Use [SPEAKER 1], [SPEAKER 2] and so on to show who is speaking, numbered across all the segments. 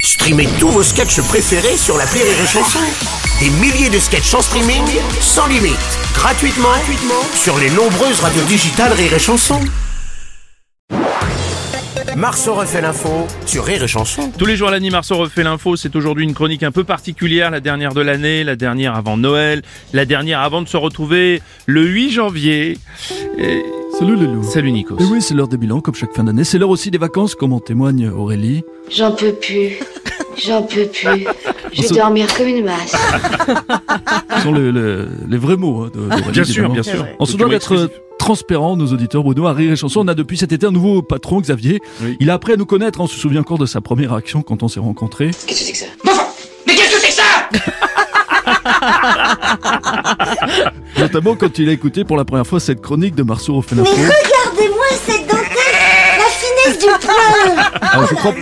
[SPEAKER 1] Streamez tous vos sketchs préférés sur la Rire et Chanson. Des milliers de sketchs en streaming, sans limite, gratuitement, gratuitement sur les nombreuses radios digitales Rire et Chanson. Marceau refait l'info sur Rire et Chanson.
[SPEAKER 2] Tous les jours, l'année Marceau refait l'info. C'est aujourd'hui une chronique un peu particulière, la dernière de l'année, la dernière avant Noël, la dernière avant de se retrouver le 8 janvier. Et-
[SPEAKER 3] Salut les loups.
[SPEAKER 2] Salut Nikos.
[SPEAKER 3] Et Eh oui, c'est l'heure des bilans, comme chaque fin d'année. C'est l'heure aussi des vacances, comme en témoigne Aurélie.
[SPEAKER 4] J'en peux plus. J'en peux plus. Je vais
[SPEAKER 3] se-
[SPEAKER 4] dormir comme une masse.
[SPEAKER 3] Ce sont les, les- les vrais mots hein, de- d'Aurélie.
[SPEAKER 2] Bien sûr,
[SPEAKER 3] évidemment.
[SPEAKER 2] bien sûr.
[SPEAKER 3] On se
[SPEAKER 2] Document
[SPEAKER 3] doit d'être
[SPEAKER 2] exclusif.
[SPEAKER 3] euh, transparent, nos auditeurs Bruno, à Rire et Chanson. On a depuis cet été un nouveau patron, Xavier.
[SPEAKER 2] Oui.
[SPEAKER 3] Il a appris à nous connaître. hein. On se souvient encore de sa première action quand on s'est rencontrés.
[SPEAKER 5] Qu'est-ce que c'est que ça Mais enfin, Mais qu'est-ce que c'est que ça
[SPEAKER 3] Notamment quand il a écouté pour la première fois cette chronique de Marceau refait l'info.
[SPEAKER 6] Regardez-moi cette dentelle La finesse du poil
[SPEAKER 3] Alors, Ah, je crois,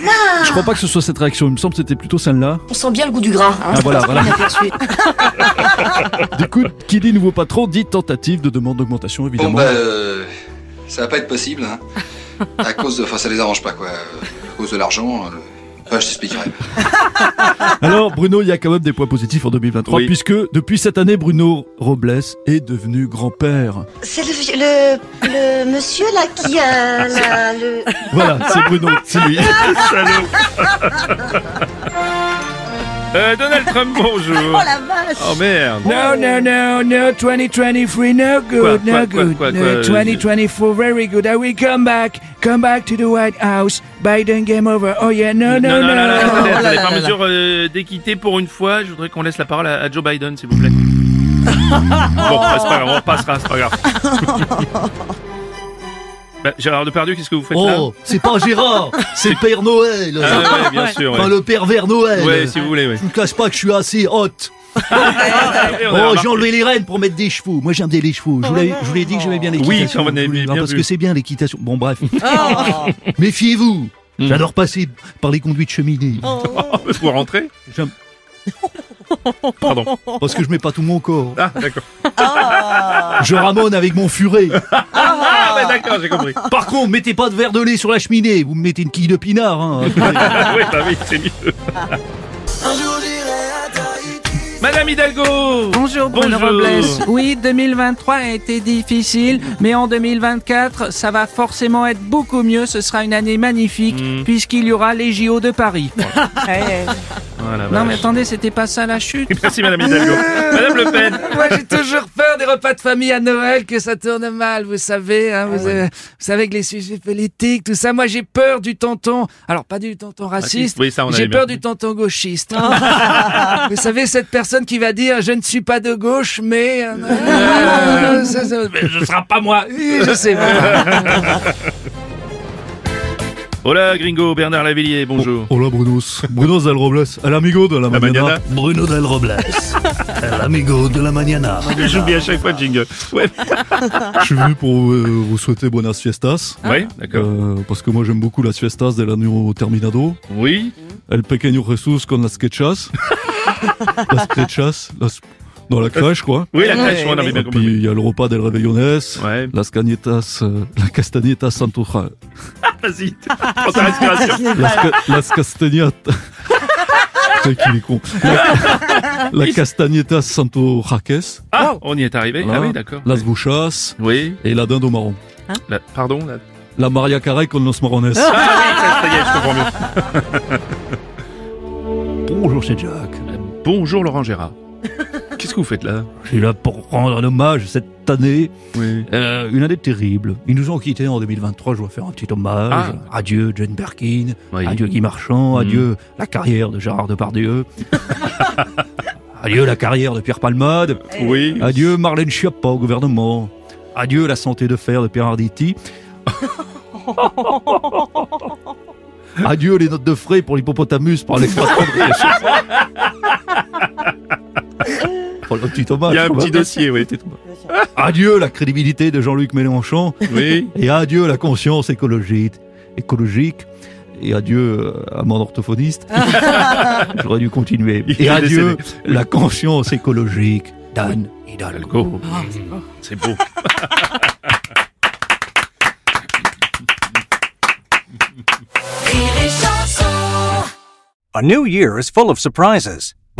[SPEAKER 3] je crois pas que ce soit cette réaction. Il me semble que c'était plutôt celle-là.
[SPEAKER 6] On sent bien le goût du gras, hein
[SPEAKER 3] Ah, voilà, voilà.
[SPEAKER 6] inaperçu.
[SPEAKER 3] Du coup, qui dit nouveau patron dit tentative de demande d'augmentation,
[SPEAKER 7] Bon
[SPEAKER 3] évidemment.
[SPEAKER 7] bah euh, ça va pas être possible hein. à cause de enfin ça les arrange pas quoi Euh, à cause de l'argent euh, enfin, je t'expliquerai.
[SPEAKER 3] Alors Bruno, il y a quand même des points positifs en 2023
[SPEAKER 2] Oui.
[SPEAKER 3] puisque depuis cette année Bruno Robles est devenu grand-père.
[SPEAKER 6] C'est le, vi- le, le monsieur là qui a la- le...
[SPEAKER 3] Voilà, c'est Bruno, c'est lui.
[SPEAKER 2] Salaud. Euh, Donald Trump, bonjour.
[SPEAKER 6] la vache
[SPEAKER 2] Oh merde.
[SPEAKER 8] No, no, no, no, 2023, no good,
[SPEAKER 2] Quoi, quoi,
[SPEAKER 8] no
[SPEAKER 2] quoi,
[SPEAKER 8] good.
[SPEAKER 2] quoi,
[SPEAKER 8] no,
[SPEAKER 2] quoi, euh,
[SPEAKER 8] 2024, very good. I will come back, come back to the White House. Biden game over. Oh yeah, no, no, no.
[SPEAKER 2] non, non, oh
[SPEAKER 8] no.
[SPEAKER 2] attendez, attendez, par mesure euh, d'équité pour une fois, je voudrais qu'on laisse la parole à, à Joe Biden, s'il vous plaît. bon, bah, c'est pas grave, on repassera, c'est pas grave. bah, Gérard Depardieu, qu'est-ce que vous faites là
[SPEAKER 3] Oh, c'est pas Gérard, c'est Père Noël.
[SPEAKER 2] Ah ouais, ouais, bien sûr. Ouais.
[SPEAKER 3] le pervers Noël.
[SPEAKER 2] Ouais, si vous voulez, ouais.
[SPEAKER 3] Je ne cache pas que je suis assez hot.
[SPEAKER 2] Ah, ouais, on a remarqué.
[SPEAKER 3] enlevé Oh, les rênes pour mettre des chevaux. Moi, j'aime bien les chevaux. Je vous l'ai- je vous l'ai dit que j'aimais bien
[SPEAKER 2] ça, on avait
[SPEAKER 3] Je vous l'ai-
[SPEAKER 2] bien
[SPEAKER 3] parce
[SPEAKER 2] vu.
[SPEAKER 3] que c'est bien l'équitation. Bon, bref. Méfiez-vous.
[SPEAKER 2] Hmm.
[SPEAKER 3] J'adore passer par les conduits de cheminée.
[SPEAKER 2] On peut rentrer
[SPEAKER 3] J'aime-
[SPEAKER 2] Pardon.
[SPEAKER 3] Parce que je mets pas tout mon corps.
[SPEAKER 2] Ah, d'accord.
[SPEAKER 3] Je ramone avec mon furet.
[SPEAKER 2] Ah, bah, d'accord, j'ai compris.
[SPEAKER 3] Par contre, mettez pas de verre de lait sur la cheminée. Vous me mettez une quille de pinard. hein.
[SPEAKER 2] Ah, oui, bah oui, c'est mieux. Madame Hidalgo
[SPEAKER 9] Bonjour Bruno
[SPEAKER 2] Bonjour.
[SPEAKER 9] Robles. Oui, 2023 a été difficile, mais en 2024, ça va forcément être beaucoup mieux. Ce sera une année magnifique
[SPEAKER 2] Hmm.
[SPEAKER 9] puisqu'il y aura les JO de Paris.
[SPEAKER 8] Oh,
[SPEAKER 9] Eh, eh.
[SPEAKER 2] Ah, la
[SPEAKER 8] bah,
[SPEAKER 9] Non
[SPEAKER 2] vache.
[SPEAKER 9] mais attendez, c'était pas ça la chute.
[SPEAKER 2] Merci, Madame Hidalgo. Madame Le Pen
[SPEAKER 8] Moi, j'ai toujours peur des repas de famille à Noël, que ça tourne mal, vous savez. hein,
[SPEAKER 9] Ah
[SPEAKER 8] vous, euh, vous savez que les sujets politiques, tout ça. Moi, j'ai peur du tonton. Alors, pas du tonton raciste.
[SPEAKER 2] Ah, Oui, ça, on avait
[SPEAKER 8] j'ai
[SPEAKER 2] bien
[SPEAKER 8] peur
[SPEAKER 2] compris.
[SPEAKER 8] du tonton gauchiste. hein. vous savez, cette personne qui va dire Je ne suis pas de gauche, mais. euh, euh, ça, ça- mais je ne sera pas moi. Oui, je sais. voilà.
[SPEAKER 2] Hola, gringo, Bernard Lavillier, bonjour.
[SPEAKER 3] Oh là, Brunos. Brunos del Robles. El amigo de la,
[SPEAKER 2] mañana.
[SPEAKER 3] Bruno del Robles. El amigo de la mañana.
[SPEAKER 2] Oh, J'oublie à chaque fois le jingle. Ouais,
[SPEAKER 3] Je suis venu pour euh, vous souhaiter buenas fiestas.
[SPEAKER 2] Ah. Ouais, d'accord.
[SPEAKER 3] Euh, parce que moi j'aime beaucoup las fiestas del año terminado.
[SPEAKER 2] Oui.
[SPEAKER 3] El pequeño Jesús con las quechas. las quechas. Las... Dans la crèche, quoi.
[SPEAKER 2] Oui, la crèche, on avait bien
[SPEAKER 3] Et puis
[SPEAKER 2] compris.
[SPEAKER 3] il y a le repas del Rebellones.
[SPEAKER 2] Ouais.
[SPEAKER 3] Las cañetas. euh, la castañeta santuja.
[SPEAKER 2] Vas-y, prends ta respiration.
[SPEAKER 3] Las, ca- las castagnetas. Putain, qu'il est con. La, la castagneta santo jaques,
[SPEAKER 2] Ah, on y est arrivé. Ah
[SPEAKER 3] Voilà.
[SPEAKER 2] oui, d'accord.
[SPEAKER 3] las bouchas
[SPEAKER 2] Oui,
[SPEAKER 3] et la dinde au marron.
[SPEAKER 2] la- pardon. La...
[SPEAKER 3] La Maria Carey con los marrones.
[SPEAKER 2] Ah oui, ça y est, je comprends mieux.
[SPEAKER 3] Bonjour, c'est Jack.
[SPEAKER 2] Bonjour Laurent Gérard. Qu'est-ce que vous faites là
[SPEAKER 3] Je suis là pour rendre un hommage cette année.
[SPEAKER 2] Oui.
[SPEAKER 3] Euh, une année terrible. Ils nous ont quittés en 2023. Je dois faire un petit hommage. Adieu, Jane Birkin.
[SPEAKER 2] Ah. Oui. Mm.
[SPEAKER 3] Adieu, Guy Marchand. Adieu, la carrière de Gérard Depardieu. Adieu, la carrière de Pierre Palmade.
[SPEAKER 2] Oui.
[SPEAKER 3] Adieu Marlène Schiappa au gouvernement. Adieu la santé de fer de Pierre Arditi. Adieu les notes de frais pour l'hippopotamus par les Pour le petit hommage,
[SPEAKER 2] Il y a un
[SPEAKER 3] quand
[SPEAKER 2] petit
[SPEAKER 3] même.
[SPEAKER 2] dossier, oui.
[SPEAKER 3] Adieu la crédibilité de Jean-Luc Mélenchon.
[SPEAKER 2] Oui.
[SPEAKER 3] Et adieu la conscience écologique. écologique. Et adieu euh, à mon orthophoniste. J'aurais dû continuer.
[SPEAKER 2] Il
[SPEAKER 3] Et
[SPEAKER 2] est
[SPEAKER 3] adieu
[SPEAKER 2] décédé.
[SPEAKER 3] la conscience écologique d'Anne Hidalgo.
[SPEAKER 2] Alco. C'est beau.
[SPEAKER 10] A new year is full of surprises,